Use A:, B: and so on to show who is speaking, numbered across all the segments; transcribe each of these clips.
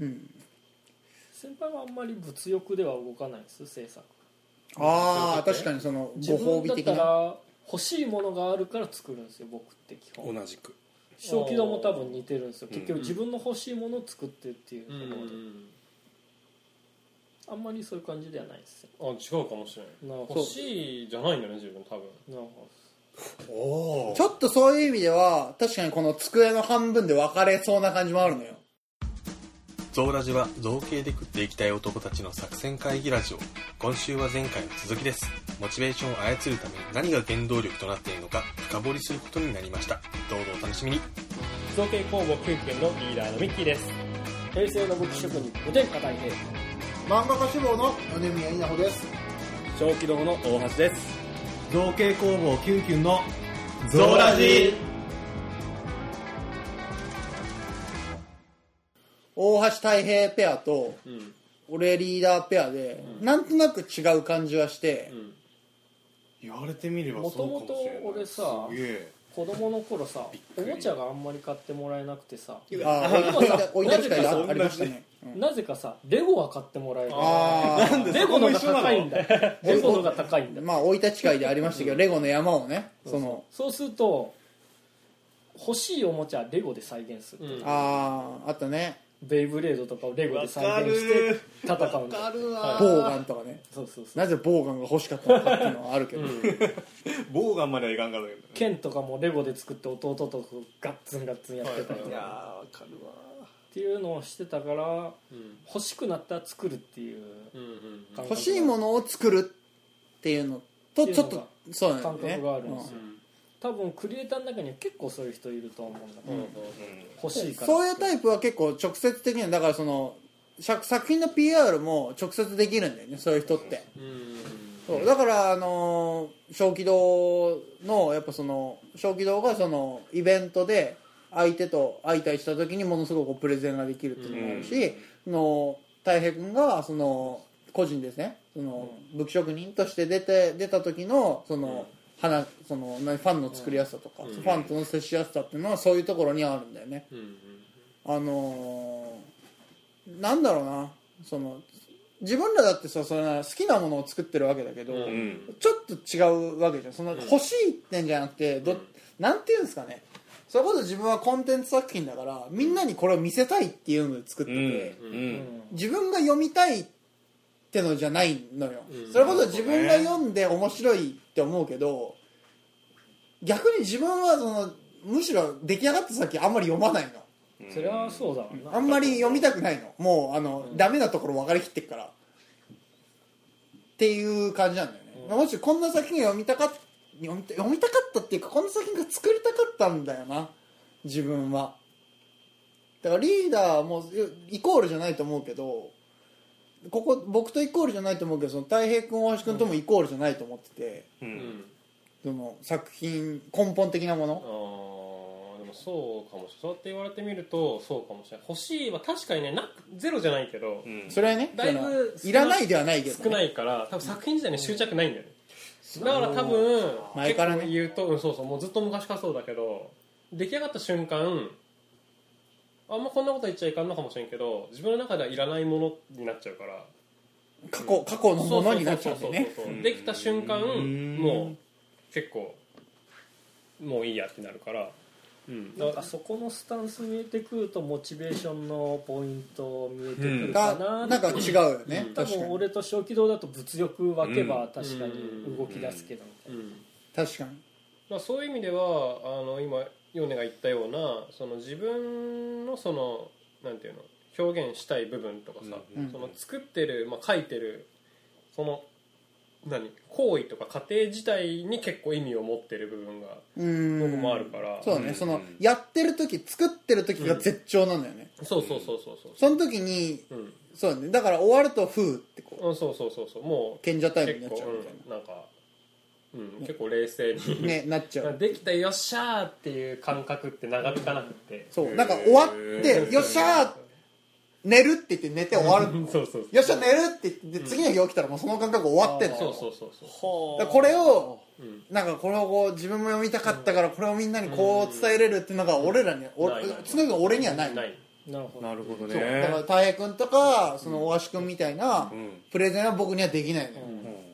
A: うん、
B: 先輩はあんまり物欲では動かないんです制作
A: ああ
C: そういうことね
A: 確かにその
B: 自
A: ご褒
B: 分
A: 美
B: だっ
A: 的
B: た
A: な
B: ら欲しいものがあるから作るんですよ僕って基本
C: 同じく
B: 小規模も多分似てるんですよ
C: うん
B: 結局自分の欲しいものを作ってっていうと
D: う
B: ころで、
D: ん
B: あんまりそういう感じではないですよ
D: あ違うかもしれない
B: なるほど
D: 欲しいじゃないんだね自分多分
B: なるほ
C: おお
A: ちょっとそういう意味では確かにこの机の半分で分かれそうな感じもあるのよ
C: ゾウラジは造形で食っていきたい男たちの作戦会議ラジオ今週は前回の続きですモチベーションを操るために何が原動力となっているのか深掘りすることになりましたどうぞお楽しみに
D: 造形工房クイックンのリーダーのミッキーです
B: ど平成の武器職人おでんか大平
E: 漫画家志望の米宮稲穂です
D: 小規模の大橋です
F: 造形工房キュンキュンの
C: ゾウラジ
A: 大橋太平ペアと
D: うん
A: 俺リーダーペアで、なんとなく違う感じはして
D: う、ん
F: 言われてみればそうかもしれない
B: 元々俺さ
F: すげえ
B: 子供の頃さおもちゃがあんまり買ってもらえなくて
A: あ
B: さ今さ
A: あ置いた機会
F: なんでかそん
A: が
F: な
A: ありましたね、うん
B: なぜかさレゴは買ってもらえる
A: ああ
B: レゴのが高いんだ レゴのが高いんだ
A: まあ置いた機会でありましたけどレゴの山をねその
B: そうすると欲しいおもちゃはレゴで再現する、
D: うん
A: あああったね
B: ベイブレードとかをレゴで再現して戦うんだ
F: る
A: ボ
F: わ
A: ーガンとかね
B: そうそうそう
A: なぜボーガンが欲しかったのかっていうのはあるけど、
F: ボーガンまではいかんかったけどね
B: 剣とかもレゴで作って弟とガッツンガッツンやってたり
F: い
B: と
F: や
B: か
F: ーわかるわ
B: っていうのをしてたから
D: うん
B: 欲しくなったら作るっていう
D: うんうん
B: 感覚が
A: 欲しいものを作るっていうのとちょっとそうなん
B: 感
A: だよね
B: 覚があるんですよ、多分クリエイターの中には結構そういう人いると思うんだけど、欲しいから
A: そういうタイプは結構直接的にだからその作作品の PR も直接できるんだよねそういう人って
D: うん
A: そうだからあのー小気道のやっぱその小気道がそのイベントで相手と相対した時にものすごくプレゼンができるっていうのもあるし、そのたい平君がその個人ですねその武器職人として出て出た時のその、話その何ファンの作りやすさとか、ファンとの接しやすさっていうのはそういうところにあるんだよね、
D: うんうん
A: あのーなんだろうなその自分らだってさそれな好きなものを作ってるわけだけど、
F: ん
A: ちょっと違うわけじゃんその欲しいってんじゃなくてど、なんていうんですかねそれこそ自分はコンテンツ作品だからみんなにこれを見せたいっていうので作ってて、
F: う
B: うん
F: ん
A: 自分が読みたいってのじゃないのよ、
D: うん
A: それこそ自分が読んで面白いって思うけど逆に自分はそのむしろ出来上がった先あんまり読まないの。
B: それはそうだろうな、
A: あんまり読みたくないのもうあの、ダメなところ分かりきってっからっていう感じなんだよね、まあもしこんな作品が読みたかっ読みた読みたかったっていうかこんな作品が作りたかったんだよな自分はだからリーダーもイコールじゃないと思うけどここ僕とイコールじゃないと思うけどその太平君大橋君ともイコールじゃないと思ってて、
F: う
D: うんうんん
A: その作品根本的なも
D: あ
A: の
D: ーでもそうかもしれないそうやって言われてみるとそうかもしれない欲しいは確かにねなゼロじゃないけど
F: うん
A: それはね
D: だいぶ
A: そのいらないではないけど、ね、
D: 少ないから多分作品自体に執着ないんだよねだから多分
A: 前からね
D: 結構言うとうんそうそうもうずっと昔からそうだけど出来上がった瞬間あんまこんなこと言っちゃいかんのかもしれんけど自分の中ではいらないものになっちゃうから
A: 過去過去のものになっちゃうんだよね
D: そうそうそうそうできた瞬間
F: うん
D: もう結構もういいやってなるから
F: うん
B: なんかそこのスタンス見えてくるとモチベーションのポイント見えてくるか
A: が
B: な,、
A: なんか違うよね、
B: 多
A: 確か
B: 分
A: に
B: 俺と小気道だと物欲分けば確か
D: うん
B: に動き出すけど、
D: うん
A: 確かに
D: まあ、そういう意味ではあの今ヨネが言ったようなその自分のそのなんていうの表現したい部分とかさ、
A: うん
D: その作ってる、まあ、書いてるその何行為とか過程自体に結構意味を持ってる部分が
A: うん
D: 僕もあるから、
A: そうだね、
F: うん
A: そのやってる時作ってる時が絶頂なのよね、
D: そうそうそうそうそう
A: その時に
D: うん
A: そうだねだから終わると「ふう」ってこ
D: うんそうそうそうそう
A: う
D: もう
A: 賢者タイムに
D: 結
A: なっ
D: 構
A: ちゃうみたい
D: うんなんか、うん、結構冷静に
A: な、ねなっちゃう
D: できたよっしゃーっていう感覚って長引かなくて、
A: そうなんか終わって「よっしゃー寝る」って言って寝て終わる
D: うん そうそう
A: よっしゃ寝るって言ってで次の日起きたらもうその感覚終わってんの
D: そう
A: よ
D: そうそうそう
A: だからこれを
D: うん
A: なんかこれをこう自分も読みたかったからこれをみんなにこう伝えれるっていうのが俺らに、俺
D: ないない
A: その時の俺にはない
D: ない
B: なるほど
F: なるほど
A: そうだから
F: ね
A: たい平君とかその大橋君みたいな
F: うん
A: プレゼンは僕にはできないのよ、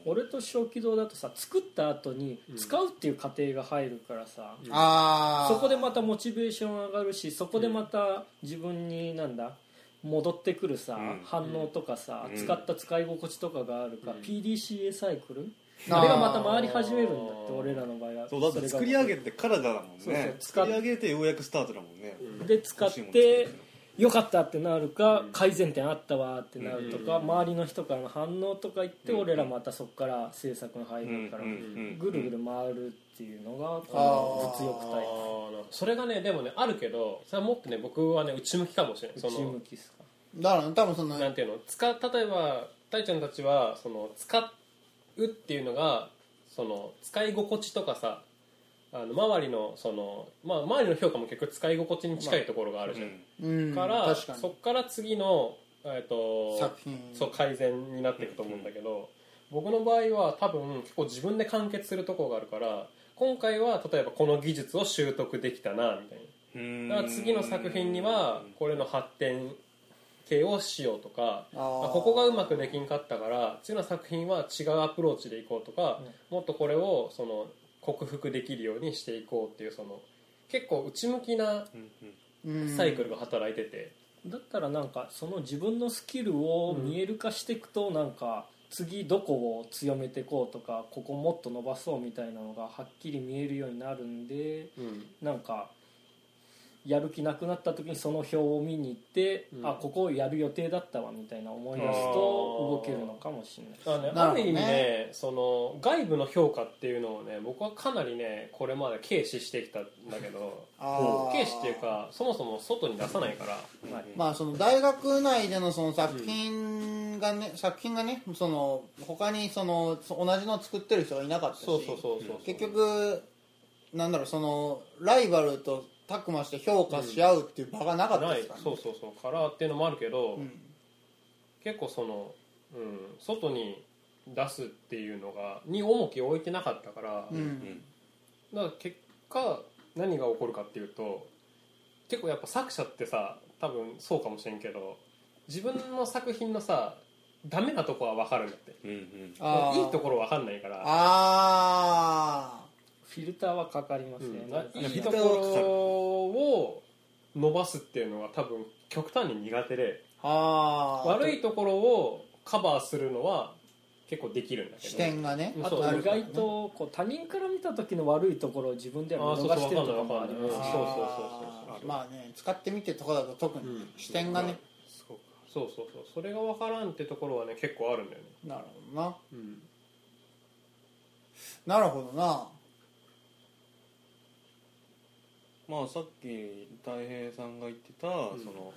B: 俺と小気道だとさ作った後に使うっていう過程が入るからさ、
A: ああ
B: そこでまたモチベーション上がるしそこでまた自分になんだ戻ってくるさ、
F: うん
B: 反応とかさ、
F: うん
B: 使った使い心地とかがあるから、PDCA サイクル
A: あー
B: あれがまた回り始めるんだって俺らの場合は
F: そうだって
B: れが
F: 作り上げてからだもん
B: そうそう
F: ね
B: 使っ
F: 作り上げてようやくスタートだもんね
B: で使ってよかったってなるか改善点あったわってなるとか周りの人からの反応とか言って俺らまたそこから制作に入るから
F: うんうんうん
B: ぐるぐる回るっていうのがこ
A: あ
B: の
A: ー
B: 物欲タイ
D: あーそれがねでもねあるけどそれはもっとね僕はね内向きかもしれない
B: プ
D: そ
B: 内
D: の
B: 向きっすか
A: だから多分その
D: なんていうの使例えば大ちゃんたちはその使うっていうのがその使い心地とかさあの周りのその、まあ、周りの評価も結局使い心地に近いところがあるじゃん、
A: うん
D: から、
A: 確か
D: そっから次の、えー、と
A: 作品
D: そう改善になっていくと思うんだけど、僕の場合は多分結構自分で完結するところがあるから今回は例えばこの技術を習得できたなみたいな。だから次の作品にはこれの発展系をしようとか
A: あー
D: あここがうまくできんかったから次の作品は違うアプローチでいこうとか、もっとこれをその克服できるようにしていこうっていうその結構内向きな
A: にうん
D: サイクルが働いてて、
B: だったらなんかその自分のスキルを見える化していくとなんか次どこを強めていこうとかここもっと伸ばそうみたいなのがはっきり見えるようになるんでなんかやる気なくなった時にその表を見に行って、
D: うん
B: あここをやる予定だったわみたいな思い出す
D: あー
B: と動けるのかもしれない
D: だからね
A: なる
D: あ
A: ほどね
D: る意味ねその外部の評価っていうのをね僕はかなりねこれまで軽視してきたんだけど
A: あー
D: 軽視っていうかそもそも外に出さないから。
B: はい
A: まあその大学内でのその作品がね、作品がねその他にそのそ同じのを作ってる人がいなかったし
D: そうそうそうそう
A: 結局なんだろうそのライバルとタッグまして評価し合うっていう場がなかった
D: な
A: で
D: い
A: すからね、
D: そうそうそうカラーっていうのもあるけど、
A: ん
D: 結構その、うん、外に出すっていうのがに重きを置いてなかったから、
A: う
D: だか
A: ん
D: ら結果何が起こるかっていうと結構やっぱ作者ってさ多分そうかもしれんけど自分の作品のさダメなとこは分かるんだって
A: あー
D: いいところ分かんないから
A: あ
B: フィルターはかかりますね、なんか
D: うんいいところを伸ばすっていうのが多分極端に苦手で
A: ーあー
D: 悪いところをカバーするのは結構できるんだけど
A: 視点がね
D: うん
B: あ
D: そう
B: と
D: な
B: 意
D: るから
B: 外とこう他人から見た時の悪いところを自分で
D: あ
B: は
D: ーそ
B: 見
D: うそ
B: 逃
D: う
B: してるとか
D: わ
B: もあ
D: かん
B: り
D: ない
B: ます
D: わ
B: ね
D: かんないそうそう
A: あ
D: そうそう
A: ーまあね使ってみてとかだと特に、
D: うん
A: 視点がね、
D: そうそうそうそれが分からんってところはね結構あるんだよね
A: なるほどな、なるほどな
F: まあさっきたい平さんが言ってた、その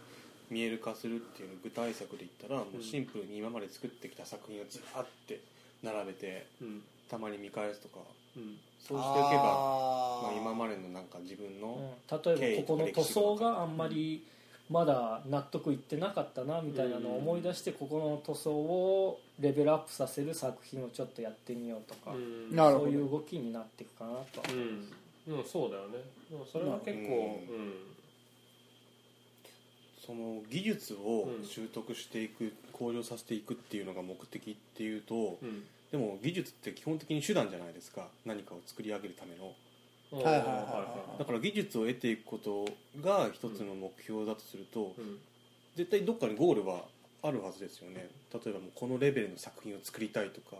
F: 見える化するっていう具体策で言ったらもうシンプルに今まで作ってきた作品をずらって並べて
D: うん
F: たまに見返すとか
D: うん
F: そうしていけば
A: あー
F: まあ、今までのなんか自分の、
B: うん例えばここの塗装があんまりまだ納得いってなかったなみたいなのを思い出してここの塗装をレベルアップさせる作品をちょっとやってみようとか、
D: うん
A: なるほ
B: そう
A: ど
B: いう動きになっていくかなとは
D: うん、うん、そうだよねでもそれは結構
F: う
D: うん
F: その技術を
D: うん
F: 習得していく、向上させていくっていうのが目的っていうと、
D: うん
F: でも技術って基本的に手段じゃないですか何かを作り上げるための
D: はい
A: はいはいは
F: だから技術を得ていくことが一つの目標だとすると、
D: うん
F: 絶対どっかにゴールはあるはずですよね例えばもうこのレベルの作品を作りたいとか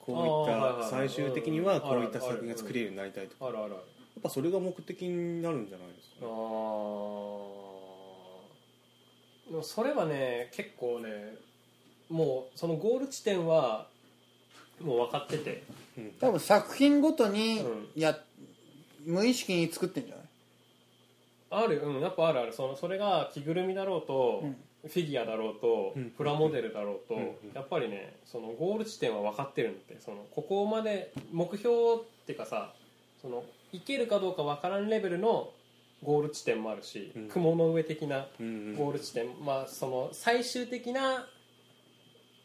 F: こう
D: あーはい
F: い
D: は
F: っ
D: い
F: た最終的には
D: うん
F: こういった
D: あるある
F: 作品が作れるようになりたいとか
D: あるあるある
F: やっぱそれが目的になるんじゃないです
D: あ
F: かね
D: ーでもそれはね結構ねもうそのゴール地点はもう分かってて
F: うん
A: 多分作品ごとに
D: う
A: や、無意識に作ってんじゃない
D: あるうんやっぱあるあるそのそれが着ぐるみだろうと、
A: うん
D: フィギュアだろうと、
F: うん
D: プラモデルだろうと、
F: うん
D: やっぱりねそのゴール地点は分かってるんだってそのここまで目標っていうかさそのいけるかどうか分からんレベルのゴール地点もあるし、
F: うん
D: 雲の上的な
F: うん
D: ゴール地点、まあその最終的な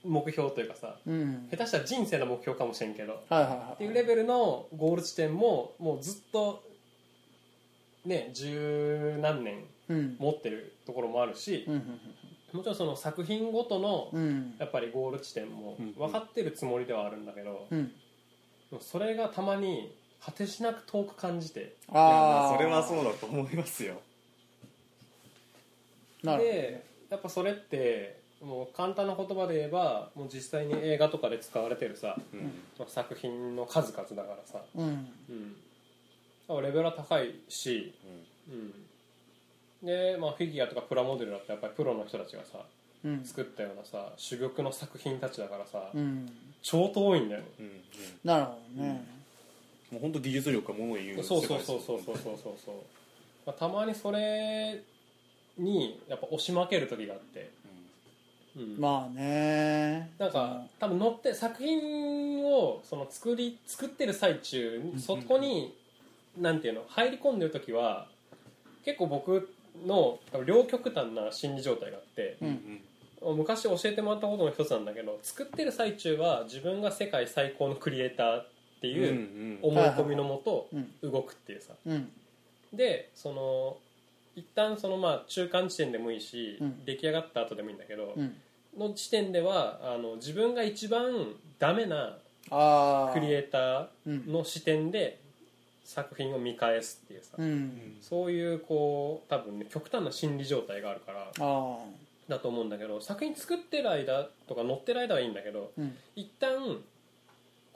D: 目標というかさ
A: うん
D: 下手したら人生の目標かもしれんけど
A: はい
D: っ
A: は
D: て
A: い
D: いう
A: はい
D: レベルのゴール地点ももうずっとね十何年
A: うん
D: 持ってるところもあるし
A: うんうん
D: もちろんその作品ごとの
A: うん
D: やっぱりゴール地点も
F: うん
D: 分かってるつもりではあるんだけど
A: うん
D: でもそれがたまに果てしなく遠く感じて
A: ああ
F: それはそうだと思いますよ
A: なるほど
D: でやっぱそれってもう簡単な言葉で言えばもう実際に映画とかで使われてるさ
F: うん
D: まあ作品の数々だからさ、
A: うん
D: うん、だからレベルは高いし、うん、で、まあ、フィギュアとかプラモデルだってやっぱりプロの人たちがさ
A: うん
D: 作ったようなさ珠玉の作品たちだからさ、
A: うん
D: 超遠いんだよね、
F: うんうん
A: なるほどね
F: もう本当技術力がものを言う
D: そうそうそうそうそうそうそうそう、まあ、たまにそれにやっぱ押し負ける時があって、うん
A: まあね
D: なんか多分乗って作品をその作り作ってる最中そこになんていうの入り込んでる時は結構僕の多分両極端な心理状態があって
A: う、ん
D: 昔教えてもらったことの一つなんだけど作ってる最中は自分が世界最高のクリエイターって
F: うんう
D: いうん思い込みのもと
A: うん
D: 動くっていうさ
A: うん
D: でその一旦そのまあ中間地点でもいいし、
A: うん
D: 出来上がった後でもいいんだけど、
A: うん
D: の時点ではあの自分が一番ダメな
A: ああ
D: クリエ
A: イ
D: イタ
A: う
D: ー
A: ん
D: の視点で作品を見返すっていうさ、
A: うん
D: そういうこう多分ね極端な心理状態があるから
A: ああ
D: だと思うんだけど作品作ってる間とか載ってる間はいいんだけど
A: うん
D: 一旦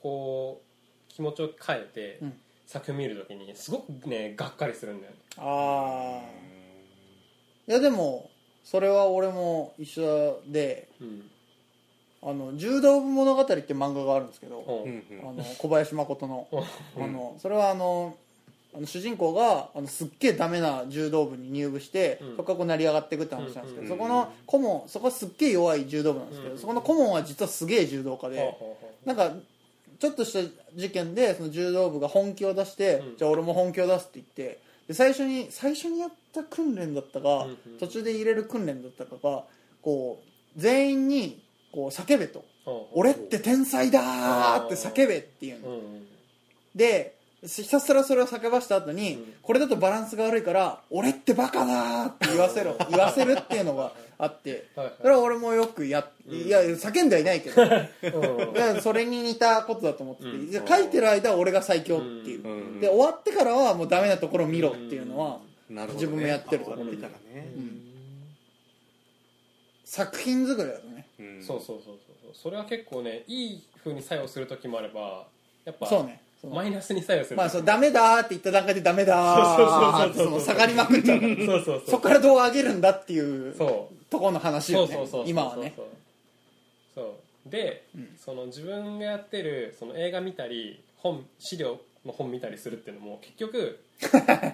D: こう気持ちを変えて
A: うん
D: 作品見るときにすごくねがっかりするんだよね
A: ああいやでもそれは俺も一緒で
D: うん
A: あの柔道部物語って漫画があるんですけど、
D: うん
F: うん
A: あの小林誠のあのそれはあのあの主人公があのすっげえダメな柔道部に入部して、
D: うん
A: そこからこう成り上がっていくって話なんですけど、
F: うん
A: そこの顧問そこはすっげえ弱い柔道部なんですけど、
D: うん
A: そこの顧問は実はすげえ柔道家で、
D: ほうほうほ
A: なんかちょっとした事件でその柔道部が本気を出して、
D: うん
A: じゃあ俺も本気を出すって言ってで最初に最初にやった訓練だったか、
D: うんうん
A: 途中で入れる訓練だったかがこう全員にこう叫べと
D: うほ
A: 「
D: うほう
A: 俺って天才だ!」って叫べっていう
D: う
A: の、
D: んうん
A: でひたすらそれを叫ばした後に、
D: うん
A: これだとバランスが悪いから「俺ってバカだ!」って言わせ ろ言わせるっていうのがあって
D: はいはい
A: それは俺もよくやっ、
D: うん
A: いや叫んではいないけど
D: うん
A: だからそれに似たことだと思ってて、
D: うん
A: じゃあ書いてる間は俺が最強っていう、
F: うん
A: で終わってからはもうダメなところを見ろっていうのは、
F: なるほどね
A: 自分もやってる
F: あ終わってからね
A: 作品作りだとね
F: うん
D: そうそうそうそうそれは結構ねいい風に作用する時もあればやっぱ
A: そうねその
D: マイナスに作用する
A: まあそうダメだーって言った段階でダメだーってその下がりまくっちゃうから
D: そうそうそう
A: そこからどう上げるんだっていう
D: そう
A: ところの話
D: そ
A: よ
D: うそう
A: ね
D: そうそう
A: 今はね
D: そうで、その自分がやってるその映画見たり本資料の本見たりするっていうのも結局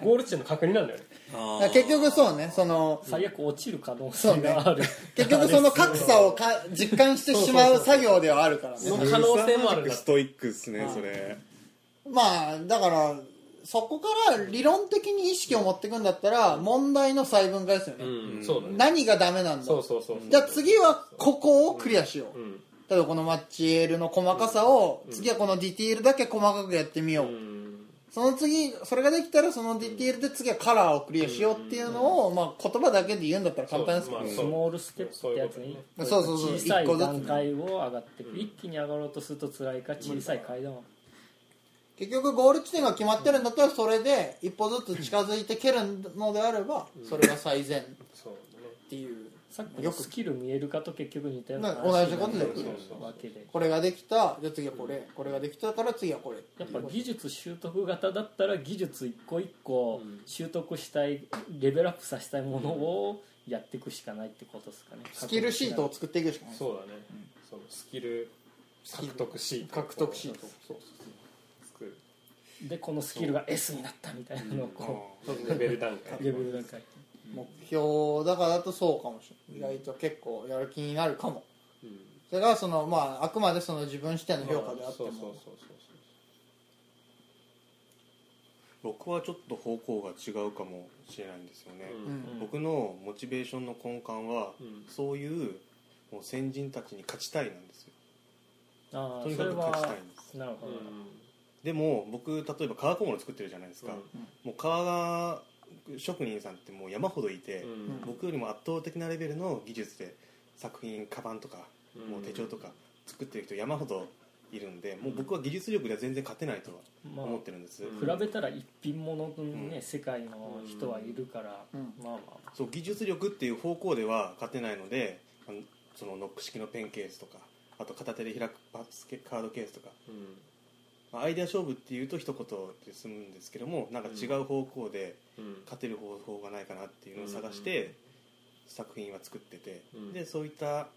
D: ゴール地点の確認なんだよね
A: だ
F: あ
A: から
F: ー
A: 結局そうねその
B: 最悪落ちる可能
A: そう
B: 性
A: ね
B: がある、
A: 結局その格差をか実感してしまう作業ではあるからね
D: の可能性もあるんだ
F: ストイックっすねそれ
A: まあだからそこから理論的に意識を持っていくんだったら問題の細分化ですよね、
D: うんそうだね
A: 何がダメなんだ
D: そうそうそう
A: じゃあ次はここをクリアしよう、
D: うん
A: 例えばこのマッチエールの細かさを、次はこのディティールだけ細かくやってみよう、
D: うん
A: その次それができたらそのディティールで次はカラーをクリアしようっていうのを、まあ、言葉だけで言うんだったら簡単ですけど、
D: そう
B: スモールステップってやつに
A: そうそうそう
B: 小さい
A: 一個ずつね
B: 段階を上がっていく一気に上がろうとすると辛いから小さい階段を
A: 結局ゴール地点が決まってるんだったらそれで一歩ずつ近づいて蹴るのであればそれが最善っ
D: そうだね
A: ていう
B: さっきのスキル見える化と結局似たような
A: 同じことだよね
B: わけで
A: これができたじゃあ次はこれ、これができたから次はこれ
B: やっぱ技術習得型だったら技術一個一個
D: うん
B: 習得したいレベルアップさせたいものをやっていくしかないってことですかね
A: スキルシートを作っていくしかない
D: そうだねそのスキル獲得シート
A: 獲得シート
D: そうそうそう作る
B: でこのスキルが S になったみたいなのをこ
D: そうレベル段階
B: うレベル段階
A: 目標だからだとそうかもしれない意外と結構やる気になるかも
D: うん
A: それがそのまああくまでその自分視点の評価であって
D: そうそうそう
A: も
D: そう
F: 僕はちょっと方向が違うかもしれないんですよね
D: そう
A: うん
D: うん
F: 僕のモチベーションの根幹は
D: うん
F: そういうもう先人たちに勝ちたいなんですよ
B: あ
F: と
B: あ
F: に
B: そ
F: か
B: れ
F: く勝ちた
B: はい
F: んです
B: なるほど
D: うん
F: でも僕例えば革小物作ってるじゃないですか、もう革職人さんってもう山ほどいて、
D: うん
F: 僕よりも圧倒的なレベルの技術で作品カバンとか
D: うん
F: もう手帳とか作ってる人山ほどいるんでもう僕は技術力では全然勝てないとは
B: まあ
F: 思ってるんです、
B: 比べたら一品物のね、
F: うん
B: 世界の人はいるから、
A: うん
B: まあまあ
F: そう技術力っていう方向では勝てないのであのそのノック式のペンケースとかあと片手で開くパスケカードケースとか、
D: うん
F: まあアイデア勝負っていうと一言で済むんですけどもなんか違う方向で
D: うん
F: 勝てる方法がないかなっていうのを探して、作品は作ってて、
D: うん
F: でそういった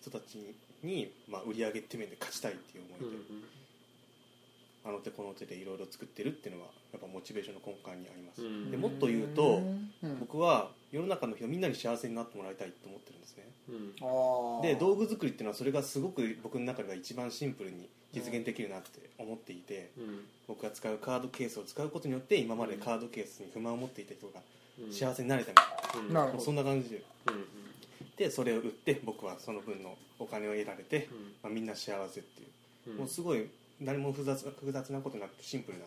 F: 人たちに、まあ、売り上げって面で勝ちたいっていう思いで、あの手この手でいろいろ作ってるっていうのはやっぱモチベーションの根幹にあります、
D: うん
F: でもっと言う
A: う
F: と、
A: ん
F: 僕は世の中の人みんなに幸せになってもらいたいと思ってるんですね
D: うん
A: あー
F: で道具作りっていうのはそれがすごく僕の中では一番シンプルに実現できるなって思っていて、
D: うん
F: 僕が使うカードケースを使うことによって今までカードケースに不満を持っていた人が
D: うん
F: 幸せになれたみたい
D: うん
A: なる
F: な、
A: ほ
F: そ
A: ど
F: んな感じで
D: うん
F: でそれを売って僕はその分のお金を得られて、
D: うん
F: まあ、みんな幸せっていう、
D: うん
F: もうすごい何も複雑複雑なことなくシンプルな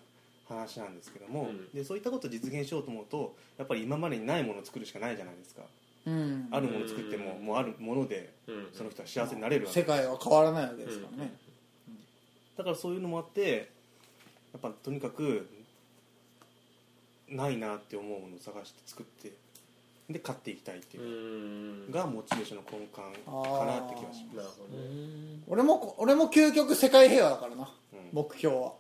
F: 話なんですけども、
D: うん
F: でそういったことを実現しようと思うとやっぱり今までにないものを作るしかないじゃないですか、
A: うん
F: あるものを作ってももうあるもので
D: うん
F: その人は幸せになれるわけ
A: 世界は変わらないわけですからね、
F: だからそういうのもあってやっぱとにかくないなって思うものを探して作ってで買っていきたいって
D: う
F: いうの
D: ん
F: がモチベーションの根幹かなって気がし
D: な
F: ます
D: るほど
B: う
D: ね
B: ん
A: 俺もこ俺も究極世界平和だからな、
F: うん
A: 目標は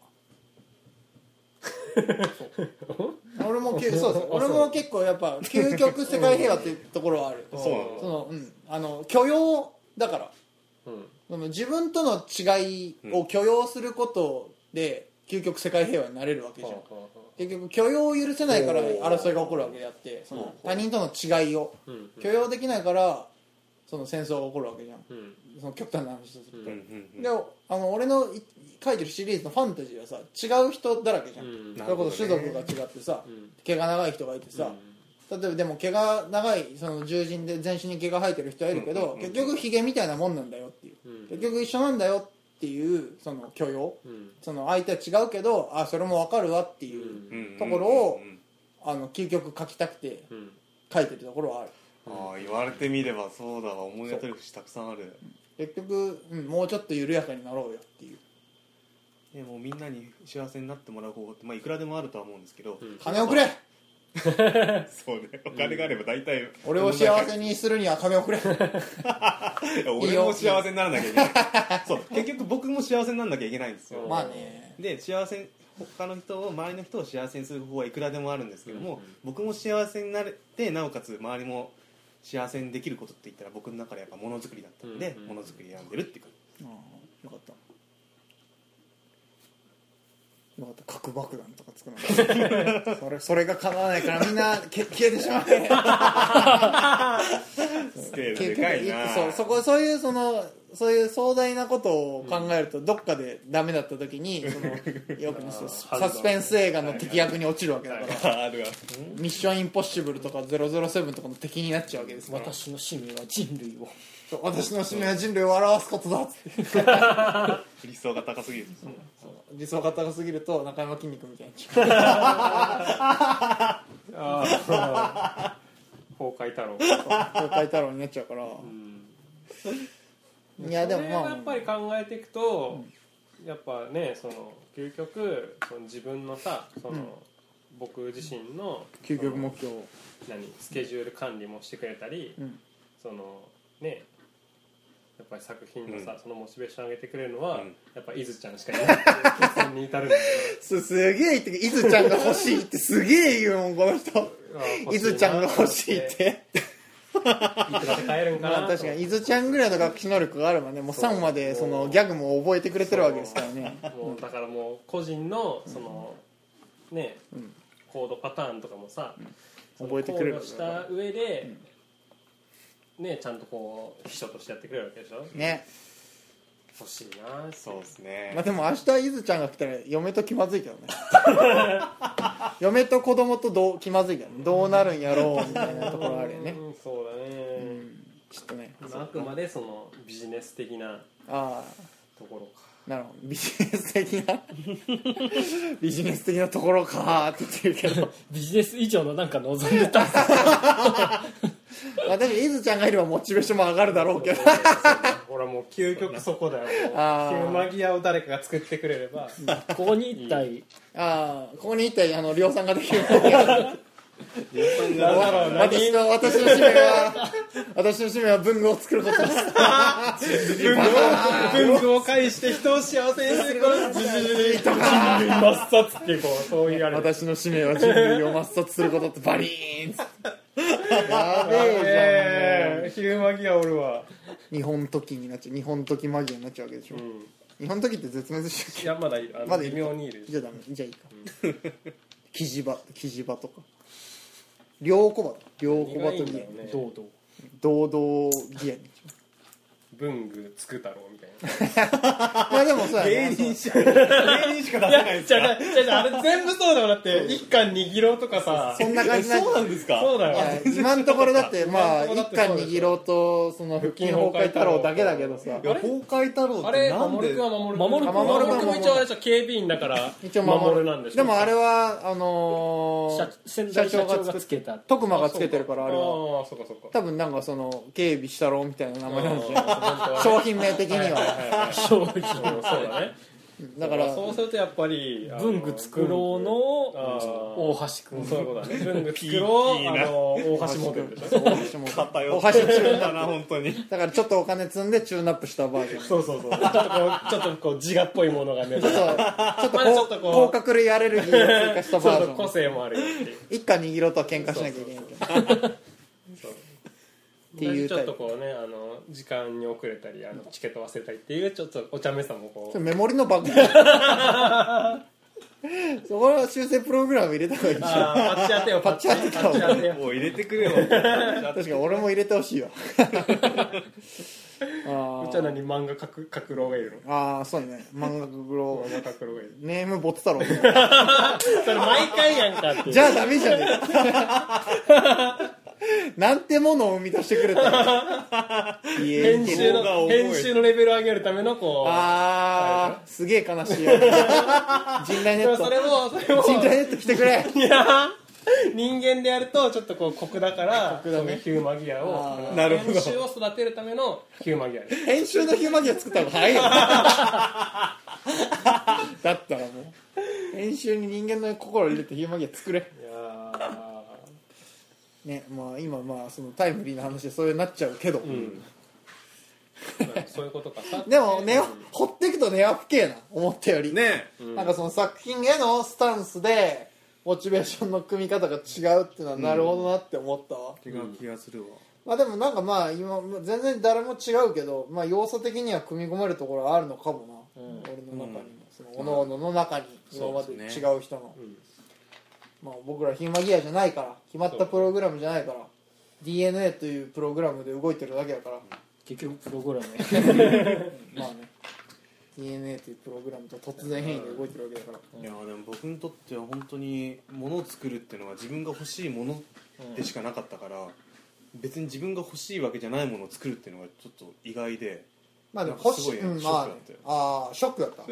A: そう俺もきゅそうです俺も結構やっぱ究極世界平和っていうところはある
F: そうなんだ
A: そのうんあの許容だから
D: うん
A: その自分との違いを許容することで究極世界平和になれるわけじゃん、結局許容を許せないから争いが起こるわけであってその他人との違いを
D: うん
A: 許容できないからその戦争が起こるわけじゃん
D: うん
A: その極端な話すると
D: う
F: うん
D: ん
F: うん
A: であの俺のい書いてるシリーズのファンタジーはさ違う人だらけじゃん、
D: うん
A: それこそ種
F: なる
A: 族
F: ほどね
A: が違ってさ、
D: うん
A: 毛が長い人がいてさ、例えばでも毛が長いその獣人で全身に毛が生えてる人はいるけど、
F: うんうんうん
A: 結局ヒゲみたいなもんなんだよっていう、
D: うん
A: 結局一緒なんだよっていうその許容
D: うん
A: その相手は違うけどあそれも分かるわっていう、
F: うんうんうん
A: ところを
F: うん
A: あの究極書きたくて
D: うん
A: 書いてるところはある
F: ああ言われてみればそうだわ思い当たる節たくさんある
A: 結局、うん、もうちょっと緩やかになろうよっていう
F: でもうみんなに幸せになってもらう方法って、まあ、いくらでもあるとは思うんですけど、
D: うん
A: 金をくれ
F: そうね お金があれば大体
A: 俺を幸せにするには金をくれいい
F: 俺
A: よ
F: も幸せにならなきゃいけない そう結局僕も幸せにならなきゃいけないんですよ、
A: まあね
F: で幸せ他の人を周りの人を幸せにする方法はいくらでもあるんですけども、
D: うんうん
F: 僕も幸せになれてなおかつ周りも幸せにできることって言ったら僕の中でやっぱものづくりだったんで
D: うんうん
F: ものづくり選んでるっていうか
A: うんよかったよかった核爆弾とか作らなかったそれそれが叶わないからみんなけ消えてしまう
F: スケール
A: 結
F: で
A: 局
F: かいな
A: そうそこそういうそのそういう壮大なことを考えると、どっかでダメだった時にそのよくねそう
B: ハルド
A: サスペンス映画の敵役に落ちるわけだから
F: ああるわ
A: 「ミッションインポッシブル」とか「007」とかの敵になっちゃうわけですから
B: 私の使命は人類を
A: そう私の使命は人類を表すことだっつって
F: 理想が高すぎる
A: 理想が高すぎると中山筋肉みたいに
D: あー崩壊太郎
A: 公開太郎になっちゃうから、いやでもま
D: それ
A: あ
D: をやっぱり考えていくと、やっぱねその究極その自分のさその、僕自身の
A: 究極目標
D: その何スケジュール管理もしてくれたり、
A: うん
D: そのねやっぱり作品のさ、
F: うん
D: そのモチベーション上げてくれるのは、
F: うん
D: やっぱ伊豆ちゃんしかいないっていう結論に至るんだ
A: すすげえ言ってくる伊豆ちゃんが欲しいってすげえ言うもんこの人
D: けどあー
A: 伊豆ちゃんが欲しいって
D: いくらで買えるんかなと
A: まあ確かに伊豆ちゃんぐらいの学習能力があればねもう3までそのギャグも覚えてくれてるわけですからね
D: もうだからもう個人のそのね、
A: ん
D: コードパターンとかもさ、その
A: 覚えてくれる
D: 考慮した上で、ねちゃんとこう秘書としてやってくれるわけでしょ
A: ね
D: 欲しいな
F: そうです
A: まあ
F: ね
A: でも明日伊豆ちゃんが来たら嫁と気まずいけどね 嫁と子供とどう気まずいけどねどうなるんやろうみたいなところあるよね
D: うんそうだね、
A: ちょっとね
D: まあ、あくまでそのビジネス的な
A: ああ
D: ところか
A: なるほどビジネス的 なビジネス的なところかーって言ってるけど
B: ビジネス以上のなんか望んでた
A: 私伊豆ちゃんがいればモチベーションも上がるだろうけど
D: ほらもう究極そこだよ
A: あー
D: ヒューマギアを誰かが作ってくれれ ば
B: ここに一体
A: ああここにいてあの量産ができる
D: なんだろうな
A: 私の私の使命は私の使命は文具を作ることです
D: 文具を文具を介して人を幸せにすること 人類抹殺ってこうそう言われる
A: 私の使命は人類を抹殺することってバリーンっつってやべえ
D: えーヒューマギアおるわ
A: じゃん日本時になっちゃう日本時マギアになっちゃうわけでしょ、日本時って絶滅しちゃう
D: いやまだいるあの
A: まだい
D: 微
A: る
D: 妙にいる
A: じゃあダメじゃあいいかキジバキジバとか両コバ両コバと
D: 何が
A: ギ
D: いいんだろうね
B: どうどう
A: 堂々ギアに
D: 文具つくだろうみたいない
A: やでもそうやね
F: しか芸人しか出せないんです
D: じゃ
F: か
D: あじゃあじゃああれ全部そうだよだって一巻握ろうとかさ
A: そんな感じなん
F: そうなんですか
D: そうだ
A: いや
D: よ
A: 今のところだってまあ
D: 今の
A: 一
D: ところだって
A: 巻握ろうとその腹筋崩壊太郎だけだけどさ
F: いや崩壊太郎
D: あ
F: って
D: れ
F: なん
D: 守
F: で
D: 君は守
B: 守
D: 君
B: 君
D: 守君
A: 守
D: も
A: 君
D: 一応あれでしょ警備員だから
A: 一応守る
D: なんでしょ
A: でもあれはあの
B: 社
A: ー
B: 先代社長がつけた
A: 徳間がつけてるからあれは
D: はあそうかそうか
A: 多分なんかその警備したろうみたいな名前なんでしょうね
D: あー
A: 商品名的に
D: はいは
A: は
D: いはいはい
B: 商品
D: そうだね
A: だから
D: そうするとやっぱりあの
B: 文具作ろうの
D: あー
B: 大橋君
D: そういうことだね文具作ろうあの大橋モデルでし
A: そう
D: ょ
A: お箸も
F: 偏
A: お
F: って
A: 箸も
F: るんだな本当に
A: だからちょっとお金積んでチューンアップしたバージ ョンちょっ
D: そうそうそうちょっとこうちょっとこう自我っぽいものがね
A: とちょっと
D: まだちょっと
A: 甲
D: こう
A: 甲殻類アレルギーを追加した
D: ちょ
A: バー
D: っ
A: ジ
D: と個
A: ョン
D: 性もあるよっていう
A: 一家握ろうとは喧嘩しなきゃいけないけど
D: そう
A: ていう
D: ち
A: タ
D: ょ
A: イプ
D: っとこうねあの時間に遅れたりあのチケット忘れたりっていうちょっとお茶目さもこ
A: そうれメモリのバグそこは修正プログラム入れた方がいいし
D: あーパッチ当 てよパッチ当て
A: パ
D: パ
A: ッ
D: ッ
A: チ
D: チ当てよ
F: もう入れてくれよ
A: 確かに俺も入れてほしいわあ
D: うちは
A: ー
D: 何漫画書く書く郎がいる の
A: あーそうね漫画グロ
D: 漫画書く郎がいる
A: ネームボツ太郎
D: それ毎回やんかっていう
A: じゃあダメじゃねえかなんてものを生み出してくれたのいえ
D: 編
A: い
D: 集
A: え
F: が重
D: の
F: い
D: 編集のレベル上げるためのこう
A: あーすげえ悲しい よ人来ネッ
D: でも
A: ト
D: それもそれも
A: 人来ネット来てくれ
D: いや人間でやるとちょっとこう酷だから
A: 酷だね
D: そういうヒューマギア
A: あー
D: を
F: なるほど
D: 編集を育てるためのヒューマギアです
A: 編集のヒューマギア作ったの早いよだったらもう編集に人間の心を入れてヒューマギア作れ
D: いやー
A: ねまあ今まあそのタイムリーな話でそうなっちゃうけど、
D: まあそういうことかさ
A: でもね掘っていくとネアフけえな思ったより
F: ね
A: なんかその作品へのスタンスでモチベーションの組み方が違うっていうのはなるほどなって思ったわ、
F: 違う気がするわ
A: まあでもなんかまあ今全然誰も違うけど、まあ、要素的には組み込めるところはあるのかもな、俺の中にも、その各々の中に今まで
F: そう
A: 違
F: ですね
A: う人の、まあ、僕らヒューマギアじゃないから決まったプログラムじゃないから DNA というプログラムで動いてるだけだから、
B: 結局プログラム
A: まあね DNA というプログラムと突然変異で動いてるわけだから、
F: いやでも僕にとっては本当に物を作るっていうのは自分が欲しいものでしかなかったから別に自分が欲しいわけじゃないものを作るっていうのがちょっと意外で
A: まあでも
F: なんか
A: 欲
F: す
A: し
F: ごい
A: い、
F: ね
A: うん、
F: ショ
A: まあね
F: ックだったよ
A: ああショックだった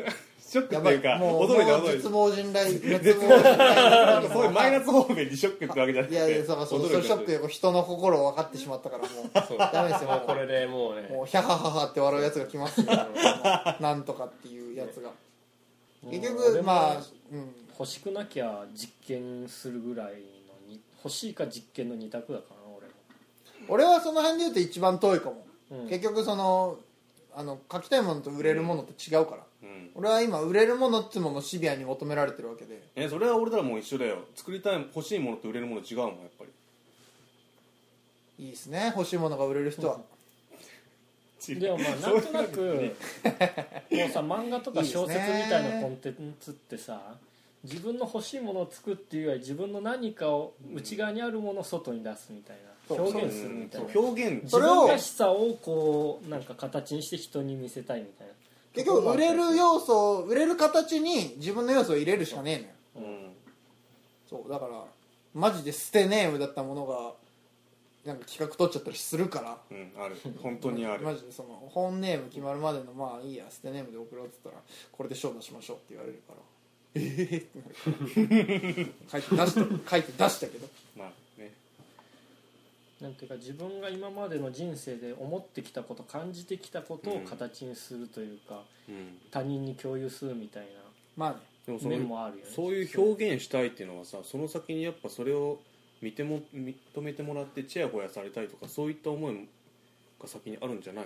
F: ショック
A: や
F: って
A: ば
F: いう
A: い
F: か
A: もう
F: 驚いた
A: もう
F: 驚い
A: 絶
F: た
A: 望人 来絶望 人来
F: なんかそういうマイナス方面にショックってわけじゃなく
A: い
F: て
A: やいやそうかそう
F: 驚
A: かそ
F: いた
A: れショックで人の心を分かってしまったからもう
D: そう
A: ダメですよもう
D: こ れでもうね
A: もうヒャハハハって笑うやつが来ますよなんとかっていうやつが結
B: で
A: 局
B: も
A: まあうん
B: 欲しくなきゃ実験するぐらいのに欲しいか実験の二択だからな俺も
A: 俺はその辺で言うと一番遠いかも
B: うん
A: 結局そのあの書きたいものと売れるものって違うから
F: うん
A: 俺は今売れるものっていうものをシビアに求められてるわけで
F: えそれは俺らも一緒だよ作りたい欲しいものと売れるもの違うもんやっぱり
A: いいですね欲しいものが売れる人は
B: で もまあなんとなくもうさ漫画とか小説みたいなコンテンツってさ自分の欲しいものを作っていうより自分の何かを内側にあるものを外に出すみたいな
A: そう
B: 表現するみたいな
F: うんそう表現
A: そ
B: 自
A: れを
B: 分らしさをこうなんか形にして人に見せたいみたいな
A: 結局売れる要素を売れる形に自分の要素を入れるしかねえのよ
F: うん
A: そうだからマジでステネームだったものがなんか企画取っちゃったりするから
F: うんある本当にある
A: マジでその本ネーム決まるまでのまあいいや捨てネームで送ろうって言ったらこれで賞出しましょうって言われるからええってなる書いて出した書いて出したけど
F: まあね
B: なんていうか自分が今までの人生で思ってきたこと感じてきたことを形にするというか、
F: うん
B: 他人に共有するみたい
A: まあね
F: でも
B: な
F: そ
B: 面
F: の
B: もあるよね
F: そういう表現したいっていうのはさその先にやっぱそれを見ても認めてもらってチヤホヤされたいとかそういった思いが先にあるんじゃない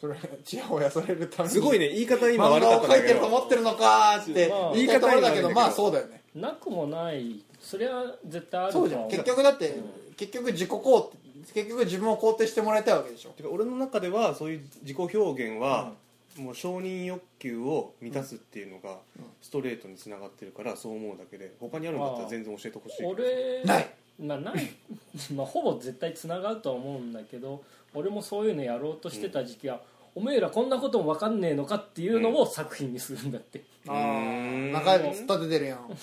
A: それちやほやされるため
F: の
A: に
F: すごいね言い方今
A: 漫
F: 悪か
A: 画
F: っ
A: を
F: た
A: 書
F: んだ
A: いて
F: け
A: る
F: ど
A: と思ってるのかーって
B: まあ
A: 言い方悪いだけどまあそうだよね
B: なくもないそれは絶対あると
A: そ
B: は
A: うじゃん
B: 思
A: 結局だって結局自己肯定結局自分を肯定してもらいたいわけでしょ
F: てか俺の中ではそういう自己表現は、もう承認欲求を満たすっていうのが
A: うん
F: ストレートにつながってるからそう思うだけで他にあるんだったら全然教えてほしいけど
B: 俺
A: ない
B: まあない まあほぼ絶対つながるとは思うんだけど俺もそういうのやろうとしてた時期は、おめえらこんなことも分かんねえのかっていうのを作品にするんだって、
A: あ
F: う
A: ー
F: ん
A: 中指突っ立ててるやん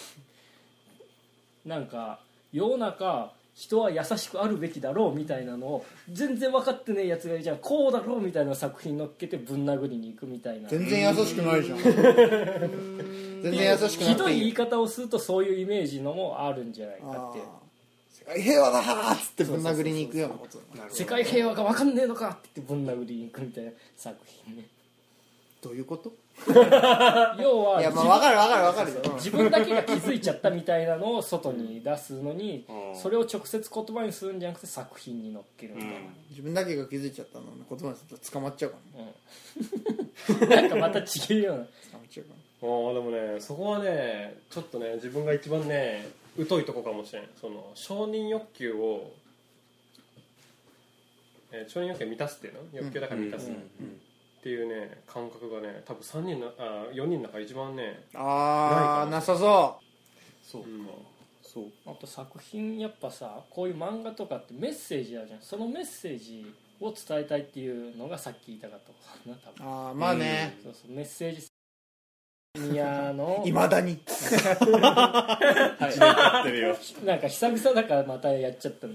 B: なんか世の中人は優しくあるべきだろうみたいなのを全然分かってねえやつがいるじゃんこうだろうみたいな作品乗っけてぶん殴りに行くみたいな
A: 全然優しくないじ ゃん全然優しくない
B: ひどい言い方をするとそういうイメージのもあるんじゃないかって
A: 世界平和だーっつってぶん殴りに行くようなことだな
B: 世界平和が分かんねえのかって言ってぶん殴りに行くみたいな作品ね
A: どういうこと
B: 要はい
A: やまあ分かる分かる分かるよ
B: 自分だけが気づいちゃったみたいなのを外に出すのに、
F: うん
B: それを直接言葉にするんじゃなくて作品に乗っけるみたい
F: うん
A: 自分だけが気づいちゃったのに言葉にすると捕まっちゃうからね
B: な、なんか また違うような
A: 捕まっちゃうか
D: あーでもねそこはねちょっとね自分が一番ね疎いとこかもしれんその承認欲求を、えー承認欲求を満たすっていうの欲求だから満たすっていうね感覚がね多分3人のあ4人の中で一番ね、
A: らああなさそ
F: そうか、
D: うん
F: そう
B: あと作品やっぱさこういう漫画とかってメッセージあるじゃんそのメッセージを伝えたいっていうのがさっき言いたかったことだな多
A: うああ
B: 分
A: まあね
B: そうそうメッセージいやーの
A: いまだに
F: かってるよ
B: なんか久々だからまたやっちゃったの、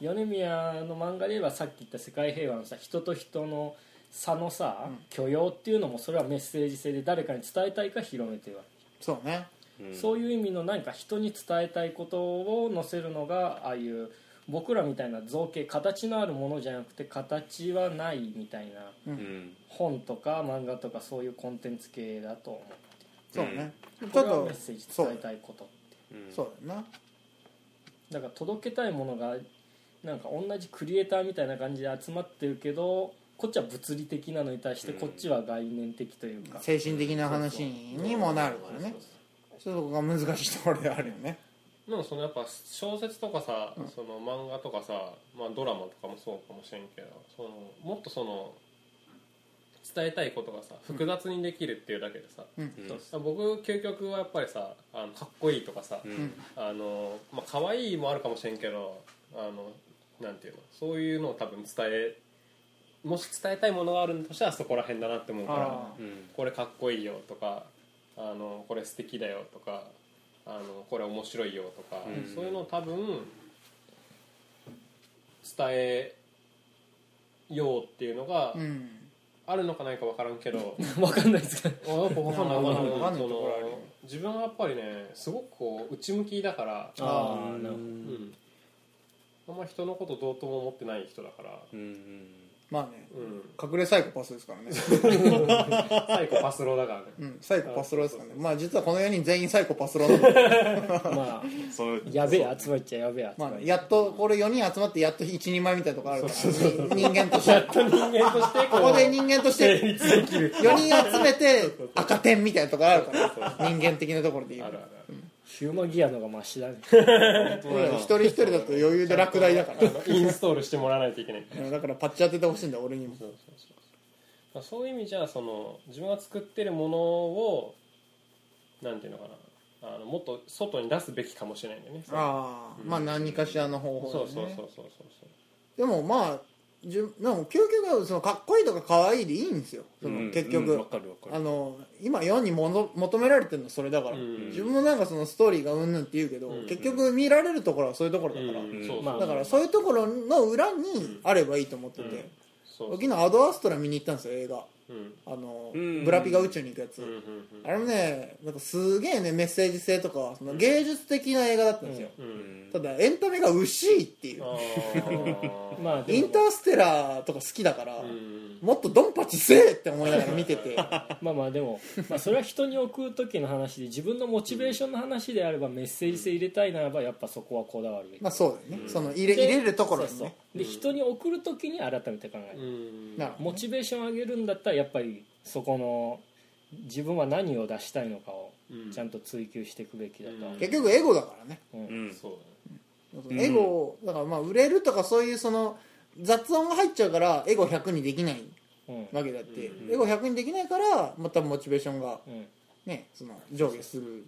B: 米宮の漫画で言えばさっき言った「世界平和」のさ人と人の差のさ、許容っていうのもそれはメッセージ性で誰かに伝えたいか広めてるわけ
A: そうね
F: うん
B: そういう意味の何か人に伝えたいことを載せるのがああいう僕らみたいな造形形のあるものじゃなくて形はないみたいな
F: うん
B: 本とか漫画とかそういうコンテンツ系だと思
A: そうね
B: う
A: ちょ
B: こ
A: っ
B: れは
A: と
B: メッセージ
A: そう
B: 伝えたいこと
F: うん
A: そうだよな
B: だから届けたいものがなんか同じクリエイターみたいな感じで集まってるけどこっちは物理的なのに対してこっちは概念的というか、
A: 精神的な話にもなるからねそういうとこが難しいところであるよね
D: でもそのやっぱ小説とかさ、その漫画とかさ、まあ、ドラマとかもそうかもしれんけどそのもっとその伝えたいことがさ複雑にできるっていうだけでさ、
F: うん
D: 僕究極はやっぱりさあのかっこいいとかさ、
F: うん
D: あのまあ可愛いもあるかもしれんけどあのなんていうのそういうのを多分伝えもし伝えたいものがあるんだとしたらそこら辺だなって思うから
A: あ
F: うん
D: これかっこいいよとかあのこれ素敵だよとかあのこれ面白いよとか、
F: うん
D: そういうのを多分伝えようっていうのが
A: うん
D: あるのかないか分からんけど
B: 分かんないですけど
D: あ やっぱ分かんない分かんな
A: 分
D: い
A: かんない
D: そ
A: ところあるよ
D: の自分はやっぱりねすごくこう内向きだから
B: あ
F: う
B: あ
F: ん
B: なるほ
D: うん、あんま人のことどうとも思ってない人だから、
F: うんうん
A: まあね
D: うん、
A: 隠れサイコパスですからね
D: 最後パスローだからね
A: うんサイコパスローですからねまあ実はこの4人全員サイコパスローなん で
B: どまあ
F: そう
B: やべえ集まっちゃやべえ集
A: まあ
B: まっ
A: ね
B: ちゃ
A: やっとこれ4人集まってやっと一人前みたいなとこあるから人間として
D: 人間としてこ
A: ここで
D: う
A: 人間として
D: 成立できる
A: 4人集めて赤点みたいなとこあるから人間的なところで言
D: あ
A: う
D: るある
B: ヒューマギアのがマシだ ね
A: うん一人一人だと余裕で落 第だから
D: あるインストールしてもらわないといけない
A: うんだからパッチ当ててほしいんだ俺にも
D: そうそうそうまあそういう意味じゃその自分が作ってるものをなんていうのかなあのもっと外に出すべきかもしれないんだよね
A: ああまあ何かしらの方
D: そ
A: 法
D: う
A: で
D: そう
A: ね
D: そうそうそうそう
A: でもまあじゅでも究極はそのかっこいいとか可愛いでいいんですよその
F: うん
A: 結
F: うんわ
A: 局、
F: かるわかる
A: あの今世にもの求められてるのそれだから、
D: うん
A: 自分もなんかそのストーリーがうんぬんって言うけど、
D: うん
A: 結局見られるところはそういうところだから、
F: ん
D: そう
B: まあ
A: だからそういうところの裏にあればいいと思ってて、
D: そう
A: 昨日アドアストラ見に行ったんですよ映画
D: うん
A: あの、
F: うん
A: ブラピが宇宙に行くやつ、
D: うんうん
A: あれもねなんかすげえねメッセージ性とかその芸術的な映画だったんですよ、
D: うんうん
A: ただエンタメが薄いっていう
D: あー
B: まあで
A: イ
B: も
A: ンターステラーとか好きだから、
D: うん
A: もっとドンパチせえって思いながら見て て
B: まあまあでも、まあ、それは人に送る時の話で自分のモチベーションの話であればメッセージ性入れたいならばやっぱそこはこだわるべき
A: まあそうだよね、
D: うん
A: その入れ
B: で
A: 入れるところにね
B: そうそうで人に送る時に改めて考え
D: う
B: る、
D: ん
A: なるほ
B: モチベーション上げるんだったらやっぱりそこの自分は何を出したいのかを
D: うん
B: ちゃんと追求していくべきだと、
D: うん
A: ど結局エゴだからね
B: うん
F: うん
D: そう
F: うん
A: エゴだからまあ売れるとかそういうその雑音が入っちゃうからエゴ100にできない
B: うん
A: わけだって、
D: うん
A: エゴ100にできないからまたモチベーションが
B: うん
A: ねその上下する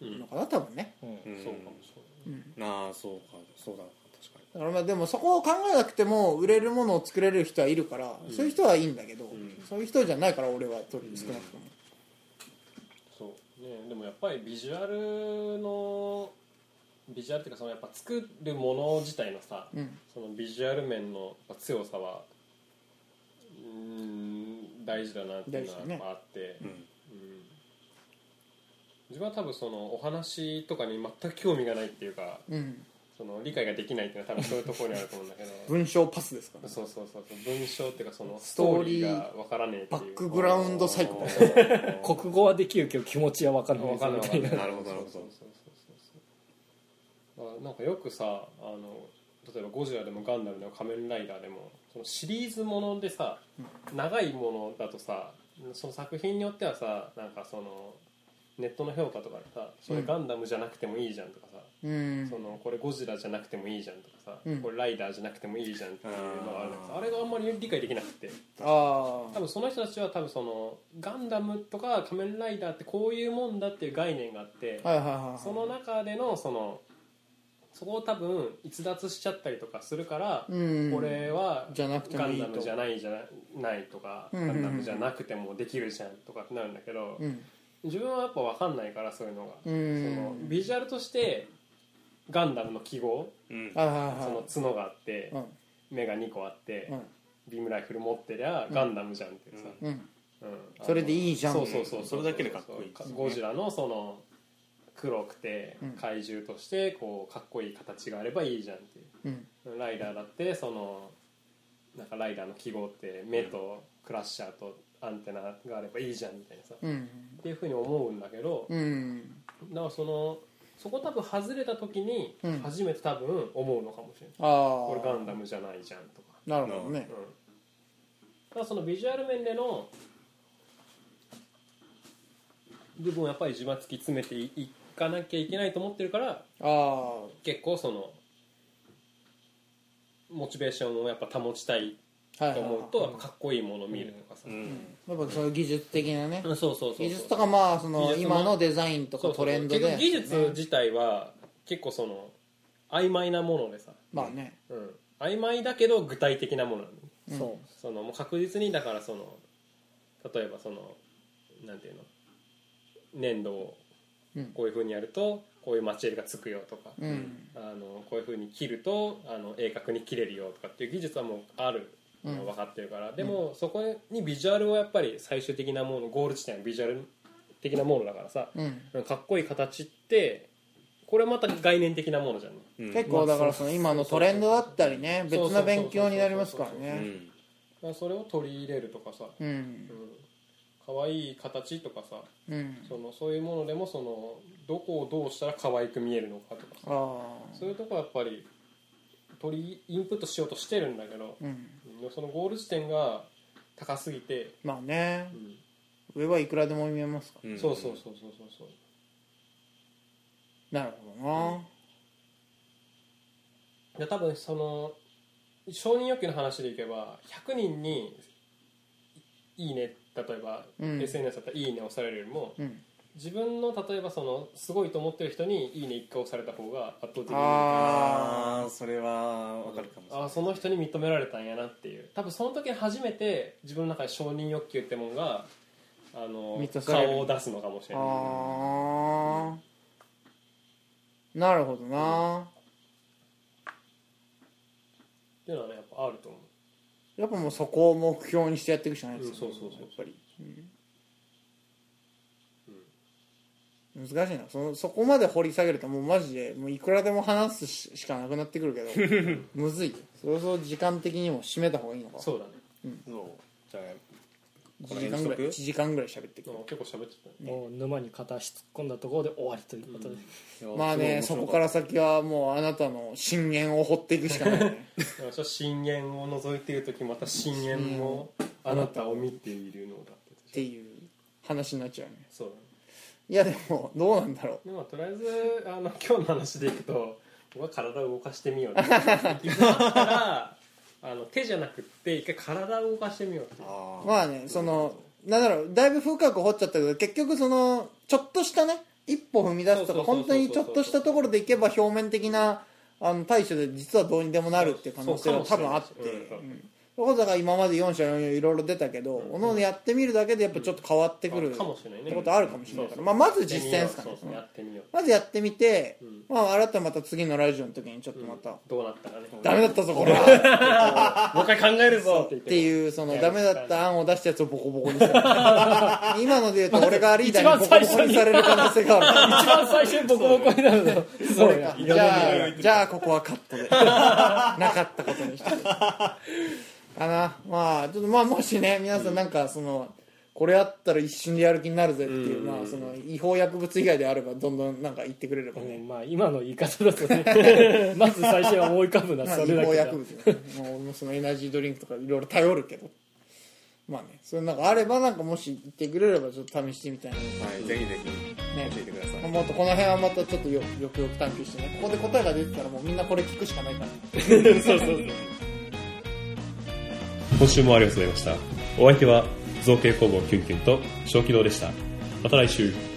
D: だね
A: のかな多分ね、
B: うん
F: うん
D: そうかもしれない
A: うん、
F: ああそうかそうだ確かに
A: だからまあでもそこを考えなくても売れるものを作れる人はいるから、
D: うん
A: そういう人はいいんだけど、
D: ん
A: そういう人じゃないから俺はとり少なくとも、
D: そうねでもやっぱりビジュアルのビジュアルっていうかそのやっぱ作るもの自体のさ、
A: うん
D: そのビジュアル面のやっぱ強さはうーん大事だなっていうのは
A: 大事だね
D: やっぱあって、
F: うん
D: うん自分は多分そのお話とかに全く興味がないっていうか
A: うん、
D: その理解ができないっていうのは多分そういうところにあると思うんだ けど
A: 文章パスですから、ね、
D: そうそうそう文章っていうかその
A: ス
D: ス
A: ト
D: ト
A: ー
D: ー
A: リ
D: リ
A: ー
D: ーがわからねえって
A: バ
D: い
A: ッ
D: う
A: クグラウンドサイコパス
B: 国語はできるけど気持ちは分かんない
D: わかんないわかん
B: みた
D: な
B: な
D: いい
F: なるほどなるほど
D: そうそうそうそうだからなんかよくさあの例えばゴジラでもガンダムでも仮面ライダーでもそのシリーズものでさ長いものだとさその作品によってはさなんかそのネットの評価とかでさそれガンダムじゃなくてもいいじゃんとかさ、
A: うん
D: そのこれゴジラじゃなくてもいいじゃんとかさ、
A: うん
D: これライダーじゃなくてもいいじゃんっていうのがあるんです
F: あー
D: あれがあんまり理解できなくて
A: あ
D: 多分その人たちは多分そのガンダムとか仮面ライダーってこういうもんだっていう概念があって
A: あはいはいはい
D: その中でのそのそこを多分逸脱しちゃったりとかするから、
A: うん
D: これは
A: じゃなくて
D: ガ
A: もい
D: ン
A: い
D: ダム
A: と
D: じゃないじゃないとか、
A: うんうんうん
D: ガンダムじゃなくてもできるじゃんとかってなるんだけど、
A: うん
D: 自分はやっぱ分かんないからそういうのが、
A: うん
D: そのビジュアルとしてガンダムの記号
F: うん
A: はいはい
D: その
A: は
D: 角があって
A: い、うん
D: 目が2個あって、
A: うん
D: ビームライフル持ってりゃガンダムじゃんっていうさ、
A: うん
D: うん
A: それでいいじゃん
D: そうそうそう
F: それだけでかっこいい
D: ゴジラのその黒くて
A: うん
D: 怪獣としてこうかっこいい形があればいいじゃんってい
A: うん
D: うライダーだってそのなんかライダーの記号って目とクラッシャーとアンテナがあればいいじゃんみたいなさっ
A: うん
D: ていうふうに思うんだけど
A: うん
D: だからそのそこ多分外れた時に
A: うん
D: 初めて多分思うのかもしれない
A: ああ
D: これガンダムじゃないじゃんとか
A: なるほどね
D: うん、ただそのビジュアル面での部分をやっぱり自分は突き詰めていいかなきゃいけないと思ってるから
A: あ
D: 結構そのモチベーションをやっぱ保ちたい
A: あはい
D: と
A: はい
D: 思う
A: は
D: とやっぱかっこいいものを見るとかさ、
F: うん
A: いやっぱその技術的なね
D: うんそうそうそうそう
A: 技術とかまあそ
D: 技
A: の
D: 術も
A: 今のデザインと
D: そ
A: か
D: うそ
A: ト
D: うそう
A: レンドで
D: 結局技術自体は結構その曖昧なものでさ、
A: まあね
D: うん、曖昧だけど具体的なものなの
A: うん
B: そ
D: そのもう確実にだからその例えばそのなんていうの粘土を
A: うん
D: こういうふうにやるとこういう町絵がつくよとか、
A: うん
D: あのこういうふうに切るとあの鋭角に切れるよとかっていう技術はもうあるのは分かってるから、でもそこにビジュアルをやっぱり最終的なものゴール地点はビジュアル的なものだからさ、
A: うん
D: かっこいい形ってこれまた概念的なものじゃんね
F: うん
A: 結構だからその今のトレンドだったりね
D: そう
A: 別な勉強になりますから
F: う
A: ね
F: ん
D: だからそれを取り入れるとかさ、
A: うん
D: うん、かわいい形とかさ
A: うん
D: そのそういうものでもそのどこをどうしたら可愛く見えるのかとかさ
A: ああ
D: そういうとこはやっぱり取りインプットしようとしてるんだけど、
A: うん
D: そのゴール地点が高すぎて、
A: まあね
D: うん
A: 上はいくらでも見えますから
F: うん
D: そうそうそうそうそうそう
A: なるほ
D: いや多分その承認欲求の話でいけば100人に「いいね」例えば、
A: うん
D: SNS だったら「いいね」をされるよりも
A: どなうん
D: 自分の例えばそのすごいと思ってる人に「いいね」一回押された方が圧倒的に
F: ああそれはわかるかもしれない
D: あその人に認められたんやなっていう多分その時に初めて自分の中で承認欲求ってもんがあの
A: 満たされる
D: 顔を出すのかもしれない
A: あーなるほどな
D: っていうのはねやっぱあると思う
A: やっぱもうそこを目標にしてやっていくしかないです
D: そ
A: よ
D: う
A: ね
D: そうそうやっぱり
A: 難しいなそのそこまで掘り下げるともうマジでもういくらでも話すししかなくなってくるけど むずいそろそろ時間的にも締めた方がいいのか
D: そうだね
F: そうじゃあ
A: 1時間ぐらい1時間ぐらい喋ってくる
D: うん結構喋っちゃったね
B: もう沼に片足突っ込んだところで終わりということで、
F: いや
A: まあね
F: す
A: そ
F: ごい
A: こ
F: 面白った
A: から先はもうあなたの震源を掘っていくしかないね
D: だからちょっと深淵を覗いている時また深淵もあなたを見ているのだって
A: っていう話になっちゃうね
D: そうだね
A: いやでもどうなんだろう
D: でもとりあえずあの 今日の話でいくと僕は体を動かしてみ ようってからあの手じゃなくって一回体を動かしてみようっていう
F: あー
A: まあねそのなんだろうだいぶ深く掘っちゃったけど結局そのちょっとしたね一歩踏み出すと
D: そ
A: か
D: うそうそうそう
A: 本当にちょっとしたところでいけば表面的なあの対処で実はどうにでもなるっていう可能性は
D: そ
A: 多
D: うか
A: 分
D: も
A: あ
D: し
A: っ
D: れない
A: て
D: うん
A: そこだから今まで4社4社いろいろ出たけどおのおのやってみるだけでやっぱちょっと変わってくる
D: あかもしれないね
A: ってことあるかもしれないから
D: そうそう
A: まあまず実践ですかね
D: そうそうやってみよう
A: まずやってみて
D: ん
A: まあ新たにまた次のラジオの時にちょっとまた
D: どうなったかねもう
A: ダメだったぞこれは
D: 一回考えるぞって言っ
A: って
D: て
A: いうそのダメだった案を出したやつをボコボコにす る今ので言うと俺がリーダーにボコボコにされる可能性があるから
B: 一番最初にボコボコになるの
A: そ
B: そ
A: れか
B: うや
A: じゃあじゃあここはカットでなかったことにしてかなまあちょっとまあもしね皆さんなんかその、これあったら一瞬でやる気になるぜっていう、まあその違法薬物以外であればどんどんなんか言ってくれればね、
B: まあ今の言い方だとねまず最初は思い浮かぶな
A: まあ
B: そ
A: 違
B: れだ
A: 法
B: けだ
A: 薬物ねまあ俺もそのエナジードリンクとかいろいろ頼るけどまあねそれなんかあればなんかもし言ってくれればちょっと試してみたいな
F: はいぜひぜひ
A: ね
F: 教えてください
A: もっとこの辺はまたちょっとよよくよく探求してねここで答えが出てたらもうみんなこれ聞くしかないから
G: 今週もありがとうございましたお相手は造形工房キュンキュンと小気道でしたまた来週